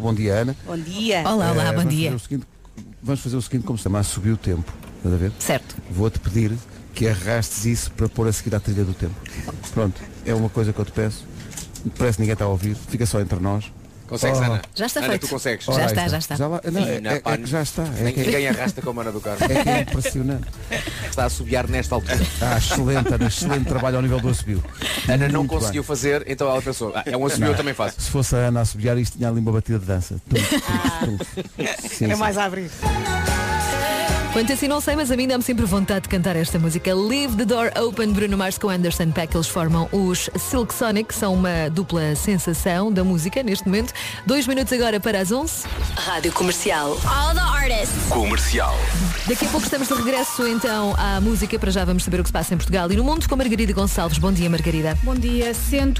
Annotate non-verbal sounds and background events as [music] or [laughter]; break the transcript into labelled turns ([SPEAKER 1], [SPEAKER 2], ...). [SPEAKER 1] bom dia Ana.
[SPEAKER 2] Bom dia.
[SPEAKER 3] É. Olá, olá,
[SPEAKER 1] Eh,
[SPEAKER 3] bom
[SPEAKER 1] vamos
[SPEAKER 3] dia.
[SPEAKER 1] fazer o seguinte- vamos fazer o seguinte, como se chama, subir o tempo. Estás a ver?
[SPEAKER 3] Certo.
[SPEAKER 1] Vou-te pedir que arrastes isso para pôr a seguir à trilha do tempo. Pronto, é uma coisa que eu te peço. Parece que ninguém está a ouvir, fica só entre nós.
[SPEAKER 4] Consegues,
[SPEAKER 1] Oh.
[SPEAKER 4] Ana?
[SPEAKER 3] Já está
[SPEAKER 4] Ana,
[SPEAKER 3] feito.
[SPEAKER 4] tu consegues.
[SPEAKER 3] Já
[SPEAKER 1] Ora,
[SPEAKER 3] está,
[SPEAKER 1] aí
[SPEAKER 3] já está.
[SPEAKER 1] Já lá- não, é,
[SPEAKER 4] Sim, não,
[SPEAKER 1] é- é
[SPEAKER 4] pá,
[SPEAKER 1] que já está. É
[SPEAKER 4] Nem-
[SPEAKER 1] que é,
[SPEAKER 4] Ninguém arrasta com a Ana do Carmo.
[SPEAKER 1] é que é impressionante.
[SPEAKER 4] Está a subiar nesta altura.
[SPEAKER 1] Ah, excelente, Ana, excelente trabalho ao nível do assobio.
[SPEAKER 4] Ana não
[SPEAKER 1] Muito bem.
[SPEAKER 4] conseguiu fazer, então ela pensou, "Ah, é um assobio, eu também faço.
[SPEAKER 1] Se fosse a Ana a assobiar, isto tinha ali uma batida de dança. Tum, tum, tum.
[SPEAKER 3] [laughs]
[SPEAKER 1] Sim, sim.
[SPEAKER 2] É mais a abrir.
[SPEAKER 3] Quanto assim não sei, mas a mim dá-me sempre vontade de cantar esta música. Leave the Door Open, Bruno Mars com Anderson Paak. Eles formam os Silk Sonic, que são uma dupla sensação da música neste momento. Dois minutos agora para as 11. Rádio Comercial.
[SPEAKER 5] All the artists.
[SPEAKER 6] Comercial.
[SPEAKER 3] Daqui a pouco estamos de regresso então à música. Para já vamos saber o que se passa em Portugal e no mundo com a Margarida Gonçalves. Bom dia, Margarida.
[SPEAKER 7] Bom dia, 100